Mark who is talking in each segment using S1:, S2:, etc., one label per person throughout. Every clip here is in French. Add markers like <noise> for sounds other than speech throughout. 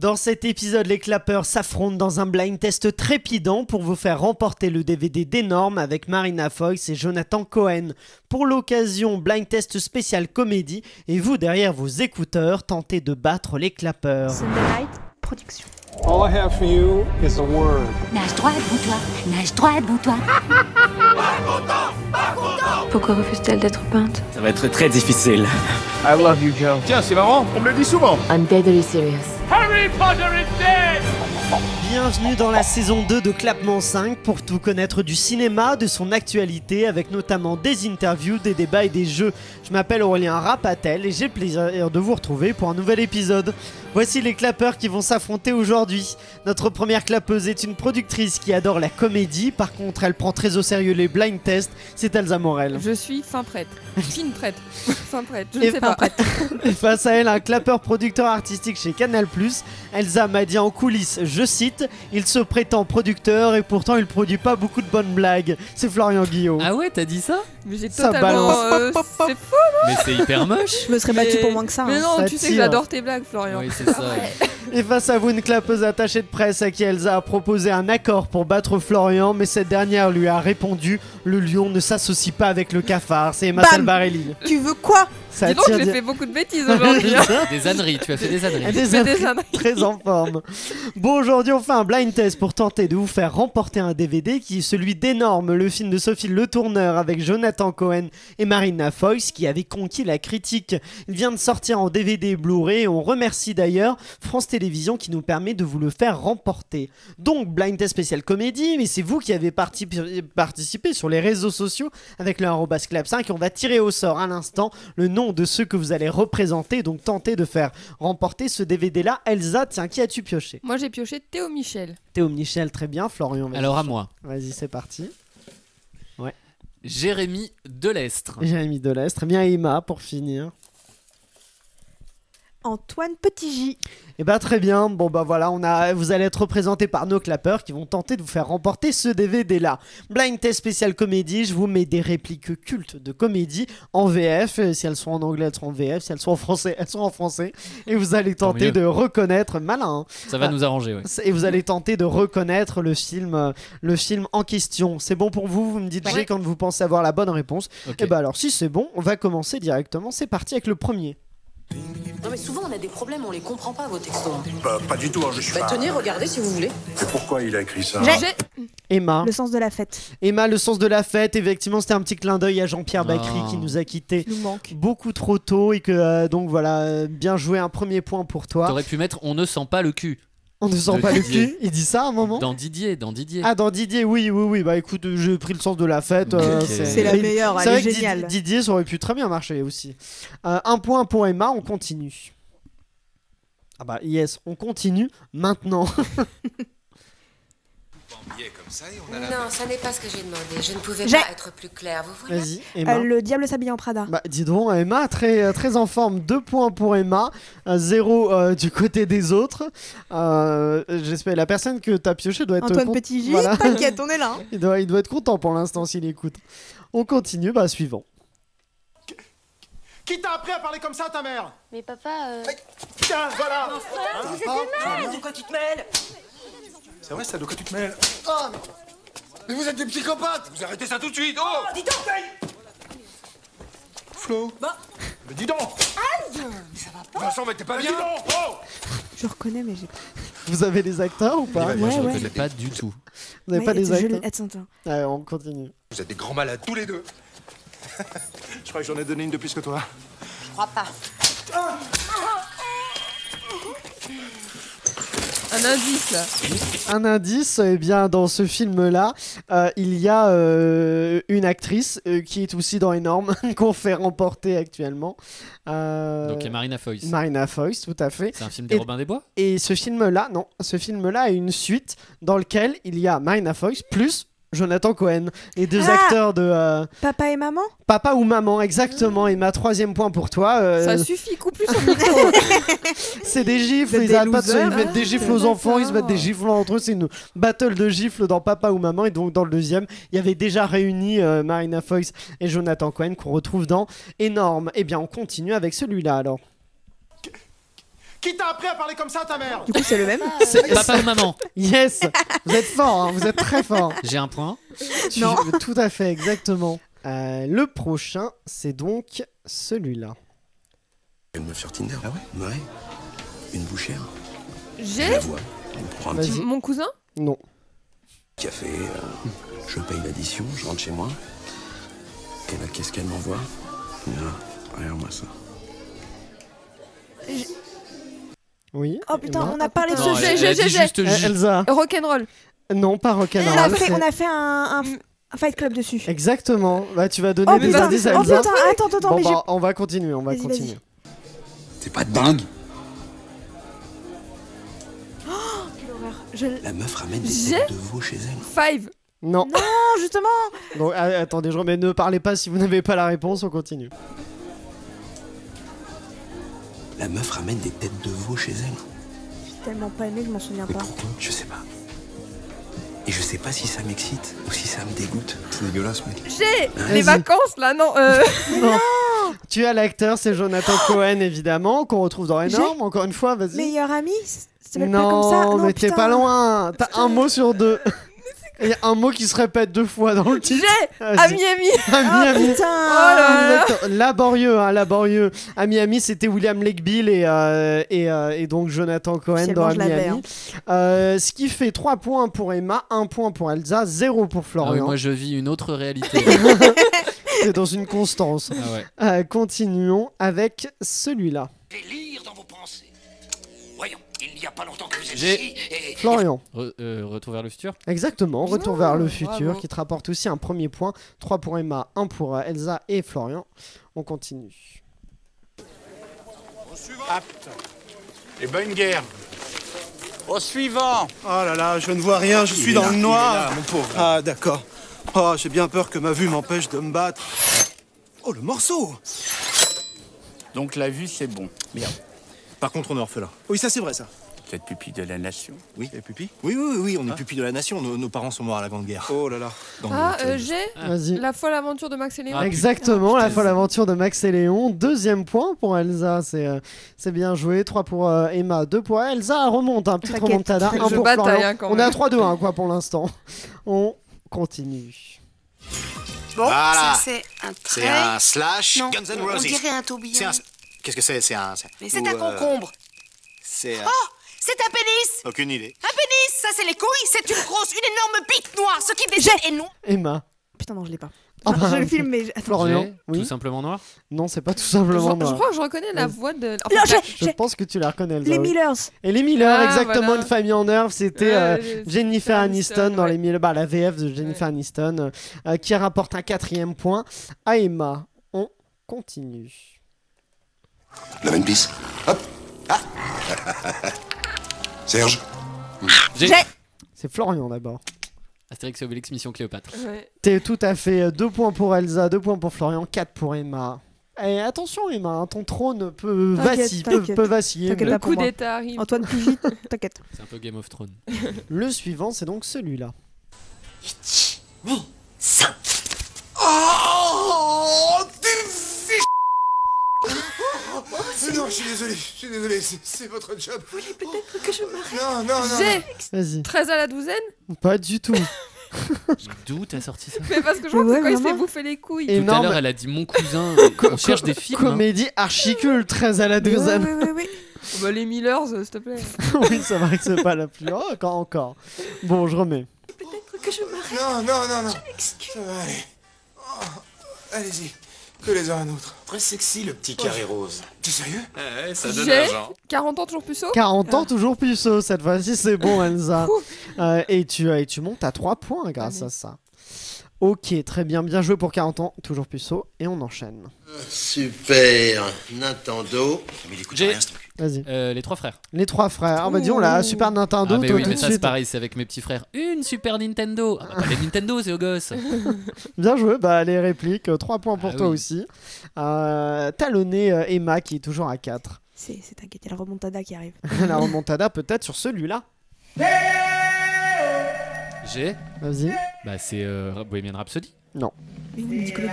S1: Dans cet épisode, les clappeurs s'affrontent dans un blind test trépidant pour vous faire remporter le DVD d'énorme avec Marina Foïs et Jonathan Cohen. Pour l'occasion, blind test spécial comédie et vous derrière vos écouteurs tentez de battre les clappeurs.
S2: Sunderlight Production.
S3: All I have for you is a word.
S4: Nage droit debout toi, nage droit debout toi.
S2: Pourquoi refuse-t-elle d'être peinte
S5: Ça va être très difficile.
S6: I love you, Joe.
S7: Tiens, c'est marrant, on me le dit souvent.
S8: I'm deadly serious.
S1: Bienvenue dans la saison 2 de Clapement 5 pour tout connaître du cinéma, de son actualité, avec notamment des interviews, des débats et des jeux. Je m'appelle Aurélien Rapatel et j'ai le plaisir de vous retrouver pour un nouvel épisode. Voici les clapeurs qui vont s'affronter aujourd'hui. Notre première clapeuse est une productrice qui adore la comédie, par contre elle prend très au sérieux les blind tests, c'est Elsa Morel.
S9: Je suis fin prête. Fine prête. Fin prête. Je
S1: Et
S9: ne sais
S1: fin
S9: pas.
S1: Et face à elle, un clapeur producteur artistique chez Canal+, Elsa m'a dit en coulisses, je cite, « Il se prétend producteur et pourtant il produit pas beaucoup de bonnes blagues. » C'est Florian Guillaume.
S10: Ah ouais, t'as dit ça
S9: <laughs> Mais j'ai
S1: Ça
S9: totalement.
S1: balance.
S9: euh, c'est fou.
S10: Mais c'est hyper moche.
S11: Je me serais battue
S9: mais-
S11: pour moins que ça. hein.
S9: Mais non,
S1: Ça
S9: tu sais que
S1: tire.
S9: j'adore tes blagues, Florian.
S10: Oui, c'est ça.
S1: Et face à vous, une clapeuse attachée de presse à qui Elsa a proposé un accord pour battre Florian, mais cette dernière lui a répondu « Le lion ne s'associe pas avec le cafard. » C'est Emma
S11: Bam
S1: Salbarelli.
S11: Tu veux quoi
S1: Ça
S9: Dis donc,
S1: attire
S9: j'ai
S1: di- <laughs>
S9: fait beaucoup de bêtises aujourd'hui. hein.
S10: Des âneries, tu as fait des
S1: Elle
S10: âneries.
S1: est
S9: J'ai des âneries.
S1: très en forme. Bon, aujourd'hui, on fait un blind test pour tenter de vous faire remporter un DVD qui est celui d'énorme, le film de Sophie Le Tourneur avec Jonathan Cohen et Marina Foïs qui avait conquis la critique. Il vient de sortir en DVD et Blu-ray et on remercie d'ailleurs France Télévisions qui nous permet de vous le faire remporter. Donc, blind test spécial comédie, mais c'est vous qui avez parti- participé sur les réseaux sociaux avec le arrobas clap 5 et on va tirer au sort à l'instant le nom de ceux que vous allez représenter, donc tentez de faire remporter ce DVD-là. Elsa, tiens, qui as-tu pioché
S9: Moi, j'ai pioché Théo Michel.
S1: Théo Michel, très bien. Florian, vas-y.
S10: Alors à moi.
S1: Vas-y, c'est parti.
S10: Jérémy Delestre.
S1: Jérémy Delestre, très bien Emma pour finir.
S11: Antoine Petit J.
S1: Et bah très bien, bon bah voilà, on a, vous allez être représenté par nos clappeurs qui vont tenter de vous faire remporter ce DVD là. Blind Test spécial comédie, je vous mets des répliques cultes de comédie en VF, euh, si elles sont en anglais elles sont en VF, si elles sont en français elles sont en français, et vous allez
S10: Tant
S1: tenter
S10: mieux.
S1: de reconnaître, malin hein.
S10: Ça va
S1: Ah.
S10: nous arranger, ouais.
S1: et vous allez tenter de reconnaître le film, euh, le film en question. C'est bon pour vous Vous me dites
S9: Ouais.
S1: G quand vous pensez avoir la bonne réponse.
S10: Ok.
S1: Et bah alors si c'est bon, on va commencer directement. C'est parti avec le premier.
S8: Non mais souvent on a des problèmes, on les comprend pas vos textos.
S7: Bah, pas du tout, hein, je suis
S8: Bah
S7: pas.
S8: tenez, regardez si vous voulez.
S7: Mais pourquoi il a écrit ça
S11: J'ai-
S9: J'ai-
S1: Emma.
S11: Le sens de la fête.
S1: Emma, le sens de la fête. Effectivement, c'était un petit clin d'œil à Jean-Pierre Bacry
S10: Ah.
S1: qui nous a quittés
S9: Il nous manque.
S1: beaucoup trop tôt et que euh, donc voilà, euh, bien joué un premier point pour toi.
S10: T'aurais pu mettre On ne sent pas le cul.
S1: On ne sent
S10: Le
S1: pas
S10: Didier.
S1: le cul. Il dit ça à un moment.
S10: Dans Didier, dans Didier.
S1: Ah, dans Didier, oui, oui, oui. Bah écoute, euh, j'ai pris le sens de la fête. euh,
S10: Ok.
S11: C'est la
S1: Il-
S11: meilleure,
S1: C'est
S11: elle
S1: vrai
S11: est
S1: que Did-
S11: géniale.
S1: Didier, ça aurait pu très bien marcher aussi. Euh, un point pour Emma, on continue. Ah bah yes, on continue
S11: <laughs>
S1: maintenant.
S8: Non, ça n'est pas ce que j'ai demandé. Je ne pouvais
S11: J'ai-
S8: pas être plus claire, vous voyez.
S1: Vas-y, Emma.
S11: Euh, le diable s'habille en Prada.
S1: Bah dis donc, Emma, très, euh, très en forme. Deux points pour Emma, euh, zéro euh, du côté des autres. Euh, J'espère la personne que t'as pioché doit être
S11: Antoine
S1: cont-
S11: Petit J.
S1: Voilà.
S11: <laughs> T'inquiète, on est là. hein.
S1: Il doit, il doit être content pour l'instant s'il écoute. On continue, bah suivant.
S7: Qui t'a appris à parler comme ça, ta mère
S2: Mais papa,
S7: Tiens, voilà C'est vrai, ça, de quoi tu te mêles Oh, mais- Mais vous êtes des psychopathes Vous arrêtez ça tout de suite, oh Dis donc Flo Bah Mais dis donc Anne Mais ça va pas Vincent, mais t'es pas bien oh
S11: Je reconnais, mais j'ai
S1: Vous avez les acteurs ou pas
S7: Il va bien.
S10: Moi, je
S11: Ouais, ouais.
S10: reconnais pas du tout.
S1: Vous n'avez pas
S11: Ouais,
S1: les
S11: je
S1: acteurs
S11: l'ai- Attends, attends.
S1: Allez, on continue.
S7: Vous êtes des grands malades, tous les
S5: <laughs>
S7: deux Je crois que j'en ai donné une de plus que toi.
S8: Je crois pas.
S9: Un indice là.
S1: Un indice, eh bien, dans ce film-là, euh, il y a euh, une actrice euh, qui est aussi dans Énorme, <laughs> qu'on fait remporter actuellement. Euh,
S10: Donc il y a Marina Foïs.
S1: Marina Foïs, tout à fait.
S10: C'est un film des
S1: Et-
S10: Robins des Bois
S1: Et ce film-là, non, ce film-là a une suite dans lequel il y a Marina Foïs plus Jonathan Cohen, les deux
S11: Ah
S1: acteurs de euh,
S11: Papa et maman
S1: Papa ou Maman, exactement. Et ma troisième point pour toi, euh,
S9: Ça suffit, coupe plus son micro.
S1: <laughs> c'est des gifles.
S11: Vous êtes
S1: Ils
S11: des
S1: arrêtent pas de se
S11: losers.
S1: ils mettent des
S9: Ah,
S1: gifles aux
S9: d'accord.
S1: enfants, ils se mettent des gifles entre eux. C'est une battle de gifles dans Papa ou Maman. Et donc dans le deuxième, il y avait déjà réuni euh, Marina Foïs et Jonathan Cohen qu'on retrouve dans Énorme. Eh bien, on continue avec celui-là alors.
S7: Qui t'a appris à parler comme ça, ta mère
S11: Du coup, c'est le même
S1: C'est-
S10: Papa ou maman
S1: Yes Vous êtes fort, hein, vous êtes très fort.
S10: J'ai un point.
S1: Tu-
S11: <laughs> Non.
S1: Tout à fait, exactement. Euh, le prochain, c'est donc celui-là.
S5: Une meuf sur Tinder. Ah ouais Ouais. Une bouchère.
S7: Hein
S5: Je
S9: J'ai
S5: la vois. On prend un petit
S1: Vas-y.
S9: mon cousin
S1: Non.
S5: café. euh, je paye l'addition. Je rentre chez moi. Et là, qu'est-ce qu'elle m'envoie Ah, Regarde-moi ça.
S1: Oui.
S11: <laughs> Oh putain,
S1: Emma
S11: on a parlé de
S9: Non,
S11: ce jeu.
S9: elle- j'ai,
S10: elle a
S9: j'ai,
S10: dit
S9: j'ai.
S10: juste
S1: Euh,
S10: J.
S1: Elsa.
S9: Rock'n'roll.
S1: Non, pas
S11: On a
S1: Rock'n'Roll.
S11: fait,
S1: c'est-
S11: on a fait un, un- un fight club dessus.
S1: Exactement. Bah, tu vas donner
S11: Oh
S1: des
S11: putain,
S1: indices à
S11: oh
S1: Elsa.
S11: putain, attends, attends,
S1: bon,
S11: mais
S1: bah, on va continuer, on va
S11: Vas-y,
S1: continuer.
S5: T'es pas dingue
S11: j'ai. Oh, Quelle horreur. Je... Non,
S5: La meuf ramène des
S9: J'ai-
S5: têtes de veau chez elle.
S9: Five.
S1: Non.
S11: justement
S1: Donc, ah, attendez, je remets. Ne parlez pas si vous n'avez pas la réponse, on continue.
S5: La meuf ramène des têtes de veau chez
S11: Ah
S5: elle.
S11: J'ai tellement pas aimé, je m'en souviens
S5: Mais
S11: pas.
S5: pourquoi Je sais pas. Et je sais pas si ça m'excite ou si ça me dégoûte. C'est dégueulasse, mec.
S9: J'ai
S1: Vas-y.
S9: les vacances là, non euh,
S1: Non. Tu as l'acteur, c'est Jonathan
S11: Ah.
S1: Cohen, évidemment, qu'on retrouve dans Énorme, encore une fois, vas-y.
S11: Meilleur ami Ça s'appelle
S1: Non,
S11: pas comme ça Non,
S1: mais t'es
S11: putain.
S1: pas loin. T'as un mot sur
S11: <laughs>
S1: deux. Et un mot qui se répète deux fois dans le <laughs>
S9: J'ai
S1: titre.
S9: à
S1: Vas-y.
S9: Miami.
S1: À
S11: Ah
S1: Miami.
S11: putain
S1: Exactement. laborieux, hein, laborieux. À Miami, c'était William Legbill et, euh, et, euh, et donc Jonathan Cohen
S11: Officiellement,
S1: dans À
S11: je l'avais,
S1: Miami. Euh, ce qui fait 3 points pour Emma, 1 point pour Elsa, 0 pour
S10: Ah oui,
S1: Florian.
S10: moi je vis une autre <laughs> réalité.
S1: C'est dans une constance.
S10: Ah ouais.
S1: Euh, continuons avec celui-là.
S7: Délire dans vos pensées. Voyons, il n'y a pas longtemps que vous êtes
S10: J'ai-
S7: ici et...
S1: Florian.
S10: Re- euh, retour vers le futur.
S1: Exactement, Retour
S9: Ah,
S1: vers le
S9: bravo.
S1: futur qui te rapporte aussi un premier point. 3 pour Emma, 1 pour euh, Elsa et Florian. On continue.
S7: Apte. Et bonne guerre. Au suivant. Oh là là, je ne vois rien, je suis dans le noir. mon pauvre. Ah d'accord. Oh, j'ai bien peur que ma vue m'empêche de me battre. Oh, le morceau
S5: Donc la vue, c'est bon. Merde. Par contre, on est orphelin.
S7: Oui, ça c'est vrai ça.
S5: Peut-être pupille de la nation. Oui. Et pupille
S7: Oui, oui, oui, on
S5: est pupille de la nation. Nos, parents sont morts à la Grande Guerre.
S7: Oh là là.
S9: Ah, euh, j'ai
S1: Vas-y.
S9: la folle aventure de Max et Léon.
S10: Ah,
S1: Exactement,
S10: putain.
S1: la folle aventure de Max et Léon. Deuxième point pour Elsa, c'est euh, c'est bien joué. 3 pour euh, Emma, 2 pour Elsa. Remonte, un petit
S11: T'inquiète,
S1: remontada.
S11: t'inquiète.
S1: 1
S9: Je
S1: pour
S9: bataille,
S1: Florian.
S9: hein, quand
S1: On est
S9: même.
S1: à 3-2-1 quoi pour l'instant. On continue.
S7: Voilà.
S2: c'est un
S7: Ah, C'est un slash Guns N' Roses.
S2: un
S7: C'est un.
S2: tourbillon.
S7: Qu'est-ce que c'est C'est un. c'est-
S2: Mais c'est
S7: ou,
S2: un
S7: euh,
S2: concombre. Oh,
S7: C'est. euh,
S2: C'est un pénis
S7: Aucune idée.
S2: Un pénis Ça, c'est les couilles C'est une grosse, une énorme bite noire Ce qui déjà est non
S1: Emma,
S11: Putain, non, je l'ai pas.
S1: Ah
S11: je,
S1: bah,
S11: je le filme, mais. je- Attends.
S1: Florian.
S10: J'ai
S1: Oui.
S10: Tout simplement noir.
S1: Non, c'est pas tout
S9: Je,
S1: simplement
S9: je
S1: noir.
S9: crois que je reconnais la voix de. enfin,
S11: Non,
S9: pas-
S11: j'ai-
S1: Je
S11: j'ai-
S1: pense que tu la reconnais, Elsa.
S11: Les
S1: oui.
S11: Millers
S1: Et les Miller,
S9: Ah,
S1: exactement,
S9: voilà.
S1: une famille en nerf, c'était euh,
S9: Ouais,
S1: Jennifer Aniston dans
S9: ouais.
S1: les Miller, bah, la VF de Jennifer Aniston, euh, euh, qui rapporte un quatrième point à Emma. On continue.
S5: La même pisse. Hop. Ah. <laughs> Serge.
S10: J'ai
S1: C'est Florian d'abord.
S10: Astérix et Obélix Mission Cléopâtre.
S9: Ouais.
S1: T'es tout à fait euh, deux points pour Elsa, deux points pour Florian, quatre pour Emma. Et attention Emma, hein, ton trône peut,
S11: T'inquiète,
S1: vaciller, peut,
S11: t'inquiète.
S1: peut vaciller.
S11: T'inquiète
S1: mais
S9: Le
S11: pas pour
S9: coup
S11: moi.
S9: d'état arrive.
S11: Antoine <laughs> Pigy, t'inquiète.
S10: C'est un peu Game of Thrones.
S1: Le suivant, c'est donc celui-là.
S7: Oh, tu fiches Oh, Non, je suis désolé, je suis désolé, c'est c'est votre job. Oui, peut-être que je m'arrête. Non, non, non.
S9: J'ai
S1: Vas-y.
S9: 13 à la douzaine,
S1: Pas du tout.
S10: D'où t'as sorti ça
S9: mais parce que je
S11: Mais
S9: vois
S11: ouais,
S9: quand il se fait
S11: vraiment.
S9: bouffer les couilles.
S10: Tout à
S1: Énorme
S10: l'heure, elle a dit mon cousin. <laughs> On cherche des films. hein.
S1: comédie archicule, 13 à la deuxième.
S11: Oui, oui, oui, oui.
S9: Oh, bah, les Millers, euh, s'il te <laughs> plaît.
S1: <laughs> oui, c'est vrai que c'est pas la plus. Oh, encore, encore. Bon, je remets.
S7: Non, non, non, non. Ça va aller. Oh, Allez-y, que les uns un autre.
S5: Très sexy le petit carré rose.
S7: T'es sérieux
S9: J'ai 40 ans toujours puceau.
S1: 40 ans, toujours puceau. Cette fois-ci, c'est bon, Elsa. Euh, et, tu, et tu montes à 3 points grâce
S10: Ah,
S9: Allez.
S1: à ça. Ok, très bien. Bien joué pour 40 ans, toujours puceau. Et on enchaîne.
S5: Super. Nintendo.
S7: Mais il écoute
S10: J'ai-
S7: rien, ce truc.
S1: Vas-y.
S10: Euh, les trois frères.
S1: Les trois frères. Ah, bah dis, on l'a
S9: Ouh.
S1: Super Nintendo.
S10: Ah, mais
S1: toi,
S10: oui,
S1: tout
S10: mais
S1: de
S10: ça c'est
S1: suite.
S10: pareil, c'est avec mes petits frères. Une Super Nintendo. Ah, bah, pas les Nintendo, c'est
S1: <laughs>
S10: aux gosses.
S1: Bien joué. Bah, les répliques, 3 points pour
S10: Ah
S1: toi
S10: oui.
S1: aussi. Euh, Talonné euh, Emma qui est toujours à 4.
S11: C'est c'est t'inquiète, il y a la remontada qui arrive.
S1: <laughs> La remontada, peut-être sur celui-là.
S10: J'ai.
S1: Vas-y.
S10: Bah, c'est euh, Bohemian Rhapsody.
S11: Mais oui, Midi Comédie.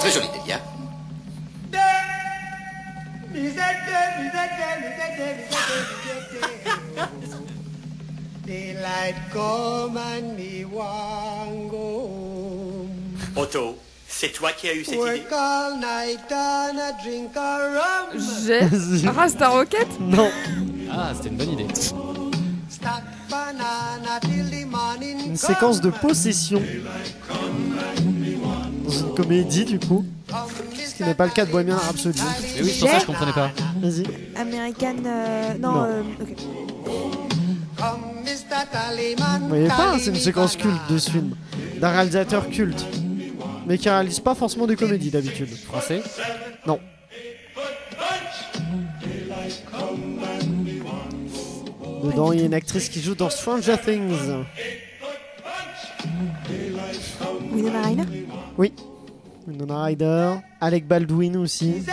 S5: Très joli, bien.
S6: Daylight come and me want go home.
S12: Otto, c'est toi qui as eu cette idée
S6: Work all night and I drink a rum.
S9: J'ai. Rasta Rocket
S1: Non.
S10: Ah, c'était une bonne idée.
S6: Stack banana till the morning
S1: Une séquence de possession. Dans une comédie, du coup. Ce qui n'est pas le cas de Bohemian Rhapsody.
S10: Mais oui, c'est pour ça que je comprenais pas.
S1: Vas-y.
S11: American. euh, non,
S1: Non.
S11: euh, ok.
S6: Come, Mr.
S1: Vous
S6: Tallyman.
S1: voyez pas, hein, c'est une séquence culte de ce film. D'un réalisateur culte. Mais qui réalise pas forcément des comédies d'habitude.
S10: Français
S1: Non. Dedans, il y a une actrice qui joue dans Stranger Things.
S11: Winona Ryder
S1: Oui. Winona Ryder. Alec Baldwin aussi. <laughs>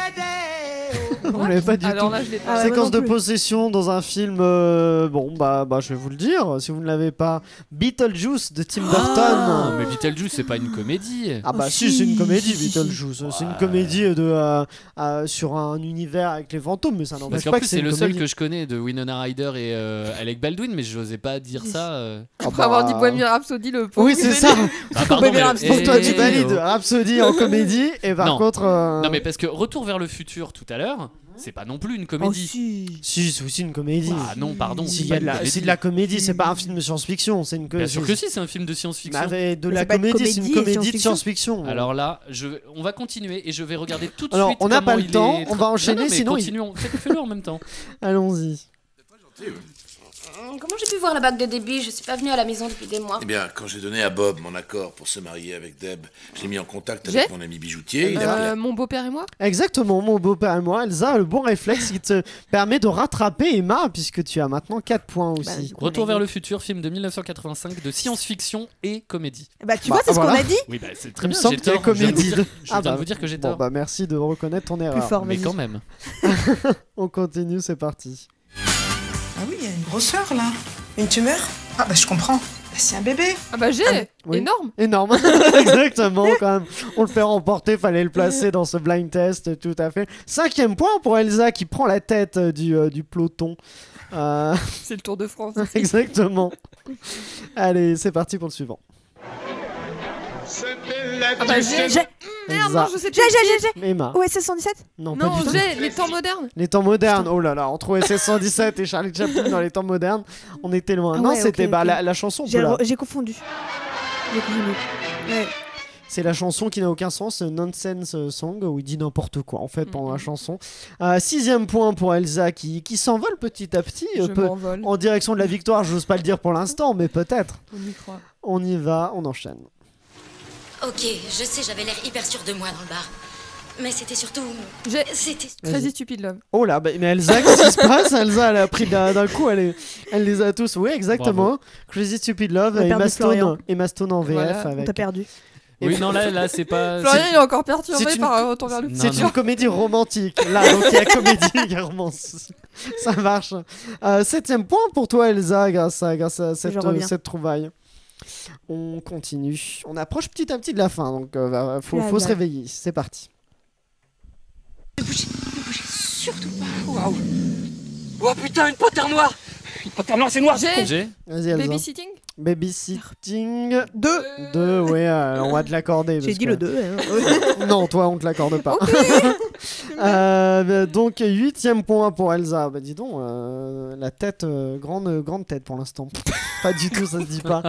S1: Vous l'avez pas du
S9: Alors
S1: tout. Ah
S9: là, je l'ai pas.
S1: Séquence de possession dans un film. euh, bon, bah, bah, je vais vous le dire. Si vous ne l'avez pas, Beetlejuice de Tim Burton.
S10: Ah, mais Beetlejuice, c'est pas une comédie.
S1: Ah bah si, c'est une comédie Beetlejuice, c'est une comédie de euh, euh, sur un univers avec les fantômes mais ça n'empêche
S10: Parce
S1: pas
S10: qu'en plus,
S1: que c'est
S10: c'est
S1: une
S10: le seul
S1: comédie.
S10: que je connais de Winona Ryder et euh, Alec Baldwin, mais j'osais pas
S1: <laughs>
S10: dire ça. euh.
S9: Après avoir dit Bohemian Rhapsody, le pauvre.
S1: Ah bah. Oui, c'est ça.
S10: Ah, pardon, mais-
S1: Pour toi
S10: <laughs>
S1: tu
S10: Eh,
S1: valides
S10: oh.
S1: Rhapsody en comédie et par
S10: Non.
S1: contre euh,
S10: Non, mais parce que Retour vers le futur tout à l'heure, c'est pas non plus une comédie.
S1: Oh, si c'est aussi une comédie.
S10: Ah non, pardon.
S1: Si,
S10: c'est
S1: il y
S10: pas
S1: a de
S10: une
S1: la,
S10: comédie.
S1: c'est de la comédie, c'est pas un film de science-fiction, c'est une co-
S10: Bien sûr
S1: c'est-
S10: que si, c'est un film de science-fiction.
S1: Mais avec de
S11: Mais
S1: la
S11: c'est pas une
S1: comédie, c'est une
S11: comédie et
S1: comédie de
S11: science-fiction.
S1: science-fiction.
S10: Alors là, je... vais- on va continuer et je vais regarder tout de
S1: Alors,
S10: suite.
S1: on n'a
S10: comment
S1: pas le
S10: il
S1: temps,
S10: est
S1: on va
S10: tra- Non,
S1: enchaîner,
S10: non, mais
S1: sinon il-
S10: Continuons, Faites- fais-le en même
S1: <laughs>
S10: temps.
S1: Allons-y.
S13: Comment j'ai pu voir la bague de débit Je suis pas venue à la maison depuis des mois.
S12: Eh bien, quand j'ai donné à Bob mon accord pour se marier avec Deb, je l'ai mis en contact
S9: J'ai
S12: avec mon ami bijoutier. Il a pris la-
S9: Euh, mon beau-père et moi
S1: Exactement, mon beau-père et moi, Elsa a le bon réflexe qui te permet de rattraper Emma puisque tu as maintenant 4 points aussi.
S10: Retour vers le futur, film de 1985 de science-fiction et comédie.
S11: Bah, tu
S1: Bah,
S11: vois, c'est ce
S1: voilà.
S11: qu'on a dit
S10: Oui, bah c'est très
S1: Il me
S10: bien.
S1: semble
S10: j'ai
S1: qu'il y a
S10: tort, je viens de vous
S1: comédie.
S10: dire-
S1: de-
S10: Je
S1: Ah
S10: viens
S1: bah,
S10: de vous dire que j'ai
S1: bon,
S10: tort.
S1: bah merci de reconnaître ton erreur.
S11: fort,
S10: Mais
S11: vas-y.
S10: quand même.
S1: On continue, c'est parti.
S14: Ah oui, il y a une grosseur là. Une tumeur Ah bah je comprends. Bah, c'est un bébé.
S9: Ah bah, j'ai
S1: Oui.
S9: Énorme
S1: Énorme. Exactement, quand même. On le fait remporter, fallait le placer dans ce blind test, tout à fait. Cinquième point pour Elsa qui prend la tête euh, du, euh, du peloton. Euh, <laughs>
S9: C'est le Tour de France.
S1: Exactement. Allez, c'est parti pour le suivant.
S9: Ah bah, j'ai. j'ai-
S1: Elsa.
S9: Merde, non, je sais
S11: J'ai,
S9: plus.
S11: j'ai, j'ai,
S1: Emma.
S11: j'ai. Ouais, 717
S1: Non, pas
S9: Non,
S1: du tout.
S9: j'ai les temps modernes.
S1: Les temps modernes, oh là là, entre OSS 117 et Charlie Chaplin dans les temps modernes, on était loin.
S11: Ah
S1: non,
S11: ouais,
S1: c'était
S11: ok,
S1: bah,
S11: ok.
S1: la, la chanson.
S11: J'ai
S1: Paula.
S11: re- j'ai confondu. J'ai confondu. Ouais.
S1: C'est la chanson qui n'a aucun sens, euh, Nonsense euh, Song, où il dit n'importe quoi en fait pendant la chanson. Euh, sixième point pour Elsa qui, qui s'envole petit à petit euh,
S9: Je
S1: peu-
S9: m'envole.
S1: en direction de la victoire. J'ose pas le dire pour l'instant, mais peut-être.
S9: On y croit.
S1: On y va, on enchaîne.
S13: Ok, je sais, j'avais l'air hyper sûre de moi dans le bar. Mais c'était surtout.
S9: J'ai.
S13: C'était.
S9: Très stupide l'homme.
S1: Oh là, bah, mais Elsa, qu'est-ce qui se passe Elsa, elle a pris d'un d'un coup, elle, est- elle les a tous. Oui, exactement. Crazy Stupid Love,
S11: On a
S1: et
S11: perdu Florian.
S1: Mastone, Emma Stone en VF.
S9: Voilà, on
S11: On
S1: avec...
S11: t'a perdu.
S1: Et
S10: Oui,
S1: puis- <laughs>
S10: non, là, là c'est pas.
S9: Florian,
S10: c'est-
S9: il est encore
S1: c'est
S9: perturbé
S1: une
S9: par
S1: co-
S9: euh, Retour vers le
S10: Non,
S1: C'est
S10: non.
S1: une comédie romantique. Là, donc il y a comédie, il y a romance. Ça marche. Euh, septième point pour toi, Elsa, grâce à, grâce à cette,
S11: reviens.
S1: euh, cette trouvaille. On continue. On approche petit à petit de la fin, donc il faut,
S11: Là,
S1: faut se
S11: là.
S1: réveiller. C'est parti.
S15: Oh putain, une panthère noire Une panthère noire, c'est noir
S9: J'ai.
S10: J'ai
S1: Vas-y, Elsa.
S9: Babysitting
S1: Babysitting.
S11: Deux.
S1: Deux, ouais, euh, on va te l'accorder.
S11: J'ai
S1: parce
S11: dit
S1: que-
S11: le
S10: hein.
S11: 2.
S1: <laughs> Non, toi, on te l'accorde pas. <laughs> Euh, donc, huitième point pour Elsa. Bah, dis donc, euh, la tête, euh, grande, grande tête pour l'instant. <laughs> pas du tout, ça se dit pas.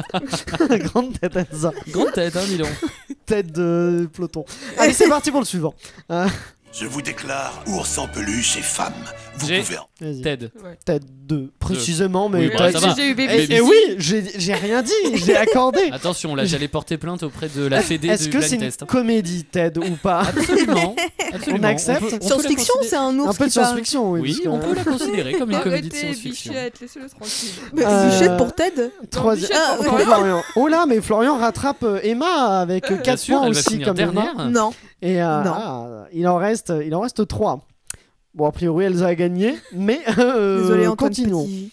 S1: <laughs> grande tête, Elsa.
S10: Grande tête, hein,
S1: <laughs>
S10: dis donc.
S1: Tête de peloton. Allez, c'est parti pour le suivant. Euh,
S12: Je vous déclare ours en peluche et femme. Vous
S10: J'ai-
S12: pouvez. en-
S1: vas-y.
S10: Ted.
S1: Tête 2, précisément, mais.
S10: Oui, bah,
S1: tête-
S10: ça va.
S9: J'ai eu
S1: Eh,
S9: Baby.
S1: eh oui, j'ai j'ai rien dit, j'ai
S10: <laughs>
S1: accordé.
S10: Attention, là, j'allais porter plainte auprès de la Fédé
S1: Est-ce
S10: du
S1: que
S10: Ah, blind
S1: c'est une
S10: test. hein.
S1: comédie, Ted, ou pas
S11: Ah,
S1: <laughs>
S10: Absolument. absolument.
S1: accepte
S10: peut- peut la
S11: Science-fiction,
S10: considérer-
S11: c'est un hein. ours.
S1: Un peu de
S11: qui parle. Euh,
S1: science-fiction, oui.
S10: Oui,
S1: parce
S10: on
S1: que-
S10: peut la considérer comme une comédie de
S9: Arrêtez,
S10: science-fiction.
S9: bichette, laissez-le tranquille.
S11: Mais
S1: Euh,
S11: Bichette pour Ted
S1: Troisième.
S9: Bichette
S1: pour
S9: pour Florian.
S1: Florian. Oh là, mais Florian rattrape euh, Emma avec 4
S10: sûr,
S1: points
S10: elle va
S1: aussi
S10: finir
S1: comme
S10: dernière.
S1: Emma.
S11: Non.
S1: Et euh,
S11: Non.
S1: ah, il en reste, il en reste 3 Bon, a priori, Elsa a gagné, mais euh,
S11: Désolé, Antoine
S1: continuons.
S11: Petit.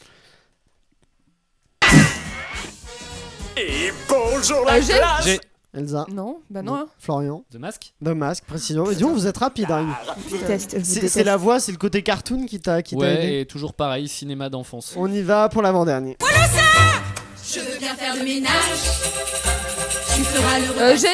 S15: Et bonjour la
S9: Euh, j'ai-
S15: classe
S10: J'ai.
S1: Elsa.
S9: Euh, Non, bah non. hein.
S1: Florian.
S10: The Mask.
S1: The Mask, précision. Et disons, vous êtes rapide. hein.
S11: Ah,
S9: Je déteste, je vous
S1: C'est-
S9: déteste.
S1: C'est la voix, c'est le côté cartoon qui t'a qui t'a aidé.
S10: Ouais, et toujours pareil, cinéma d'enfance.
S1: On y va pour l'avant-dernier.
S16: Je veux bien faire le ménage. Tu feras le
S9: Euh, j'ai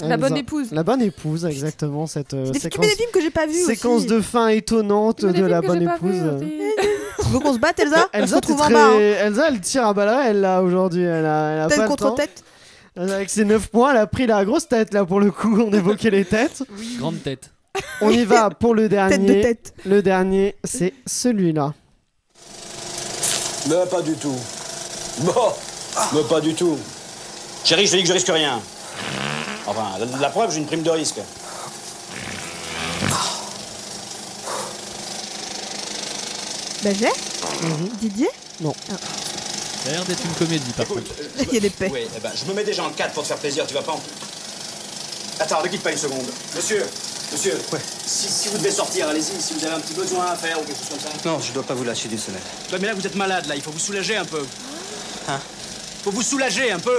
S1: Elsa.
S9: la bonne épouse.
S1: La bonne épouse, exactement. Cette euh,
S11: Des- qui met
S1: séquence,
S11: des films que j'ai pas vus.
S1: séquence de fin étonnante de la bonne épouse.
S9: euh.
S1: euh.
S11: Tu veux qu'on se batte, Elsa On se
S1: Elsa, t'es
S11: retrouve en
S1: très-
S11: bas. hein.
S1: Elsa, elle tire à balles réelles là aujourd'hui. Elle a, elle a
S11: Tête
S1: pas le
S11: contre
S1: temps.
S11: tête.
S1: Euh, Avec ses 9 points, elle a pris la grosse tête là pour le coup. <laughs> On évoquait les têtes.
S10: Grande tête.
S1: On y va pour le dernier.
S11: de tête.
S1: Le dernier, c'est celui-là.
S17: Mais pas du tout. Bon, mais pas du tout. Chérie, je te dis que je risque rien. Enfin, la, la preuve, j'ai une prime de risque.
S11: Bah, j'ai.
S1: Mhm.
S11: Didier <laughs>
S1: Non.
S10: Ça a l'air d'être une comédie par contre.
S11: Il y a des paix.
S17: Oui, eh ben, je me mets déjà en 4 pour te faire plaisir, tu vas pas en... Attends, ne quitte pas une seconde. Monsieur, monsieur, si, si vous devez sortir, allez-y, si vous avez un petit besoin à faire ou quelque chose comme ça.
S18: Non, je dois pas vous lâcher d'une semaine.
S17: Ouais, mais là, vous êtes malade, là, il faut vous soulager un peu. Hein Faut vous soulager un peu.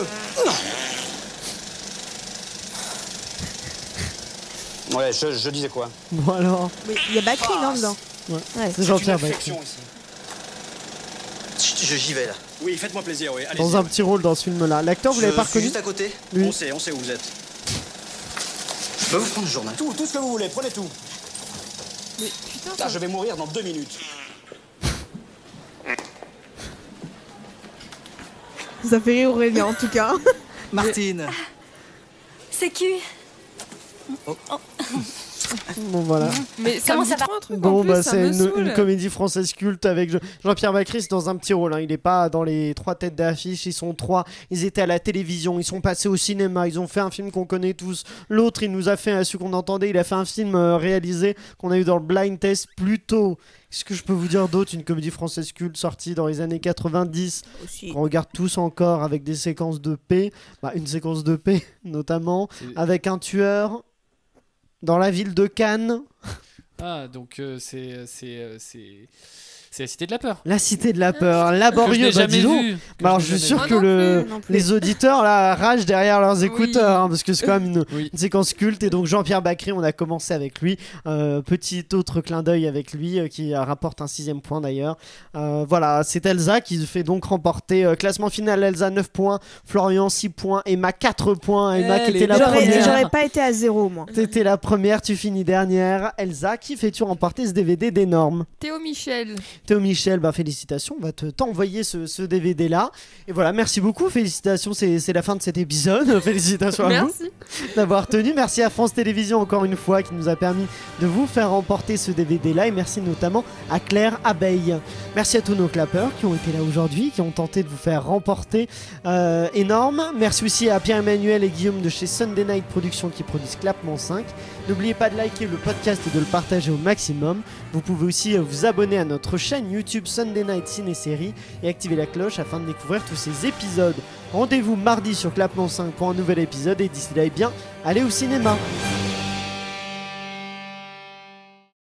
S17: Ouais, je, je disais quoi
S1: Bon alors.
S11: Mais Il y a Bakri, non, dedans Ouais.
S1: C'est Jean-Pierre
S17: C'est une
S1: Bacri.
S17: affection Je j'y vais là. Oui, faites-moi plaisir, oui.
S1: Dans un petit rôle dans ce film-là. L'acteur, vous l'avez pas reconnu
S17: côté.
S1: Oui.
S17: On sait, on sait où vous êtes. Je peux vous prendre le journal Tout, tout ce que vous voulez, prenez tout. Mais putain, je vais mourir dans deux minutes.
S11: Ça fait rire Aurélien, en tout cas.
S18: Martine
S4: C'est cul.
S1: Bon voilà.
S9: Mais ça
S4: Comment
S9: me dit
S4: ça va
S9: trop un truc en
S1: Bon
S9: plus,
S1: bah
S9: ça
S1: c'est
S9: me
S1: une,
S9: saoule.
S1: une comédie française culte avec Je- Jean-Pierre Bacri c'est dans un petit rôle. hein. Il est pas dans les trois têtes d'affiche. Ils sont trois. Ils étaient à la télévision. Ils sont passés au cinéma. Ils ont fait un film qu'on connaît tous. L'autre il nous a fait un- celui qu'on entendait. Il a fait un film euh, réalisé qu'on a eu dans le blind test plus tôt. Qu'est-ce que je peux vous dire d'autre Une comédie française culte sortie dans les années 90
S11: Aussi.
S1: qu'on regarde tous encore avec des séquences de paix. Bah, une séquence de paix <laughs> notamment avec un tueur dans la ville de Cannes.
S10: Ah, donc euh, c'est c'est euh, c'est c'est la cité de la peur.
S1: La cité de la peur, laborieux,
S10: Ah. Que je n'ai
S1: bah, dis
S10: jamais
S1: donc.
S10: vu.
S1: Bah,
S10: Que
S1: alors
S10: je
S1: je
S10: n'ai
S1: suis
S10: jamais
S1: sûr
S10: vu.
S1: que
S10: Moi
S1: le,
S10: non plus.
S1: les auditeurs là ragent derrière leurs écouteurs hein, parce que c'est quand même
S10: <laughs>
S1: une, une séquence culte et donc Jean-Pierre Bacri on a commencé avec lui Euh, petit autre clin d'œil avec lui euh, qui euh, rapporte un sixième point d'ailleurs Euh, voilà c'est Elsa qui fait donc remporter euh, classement final Elsa 9 points Florian 6 points Emma 4 points Emma qui
S11: J'aurais
S1: était la première
S11: j'aurais pas été à zéro, moi.
S1: T'étais la première, tu finis dernière. Elsa, qui fais-tu remporter ce DVD d'énorme
S9: Théo Michel.
S1: Théo Michel, bah, félicitations, on va te- t'envoyer ce, DVD là. Et voilà, merci beaucoup, félicitations, c'est c'est la fin de cet épisode. <laughs> Félicitations à vous
S9: Merci.
S1: d'avoir tenu. Merci à France Télévisions encore une fois qui nous a permis de vous faire remporter ce DVD là. Et merci notamment à Claire Abeille. Merci à tous nos clappeurs qui ont été là aujourd'hui, qui ont tenté de vous faire remporter euh, énorme. Merci aussi à Pierre-Emmanuel et Guillaume de chez Sunday Night Productions qui produisent Clapement 5. N'oubliez pas de liker le podcast et de le partager au maximum. Vous pouvez aussi euh, vous abonner à notre chaîne YouTube Sunday Night Ciné Série et activer la cloche afin de découvrir tous ces épisodes. Rendez-vous mardi sur Clapement 5 pour un nouvel épisode et d'ici là, eh bien, allez au cinéma!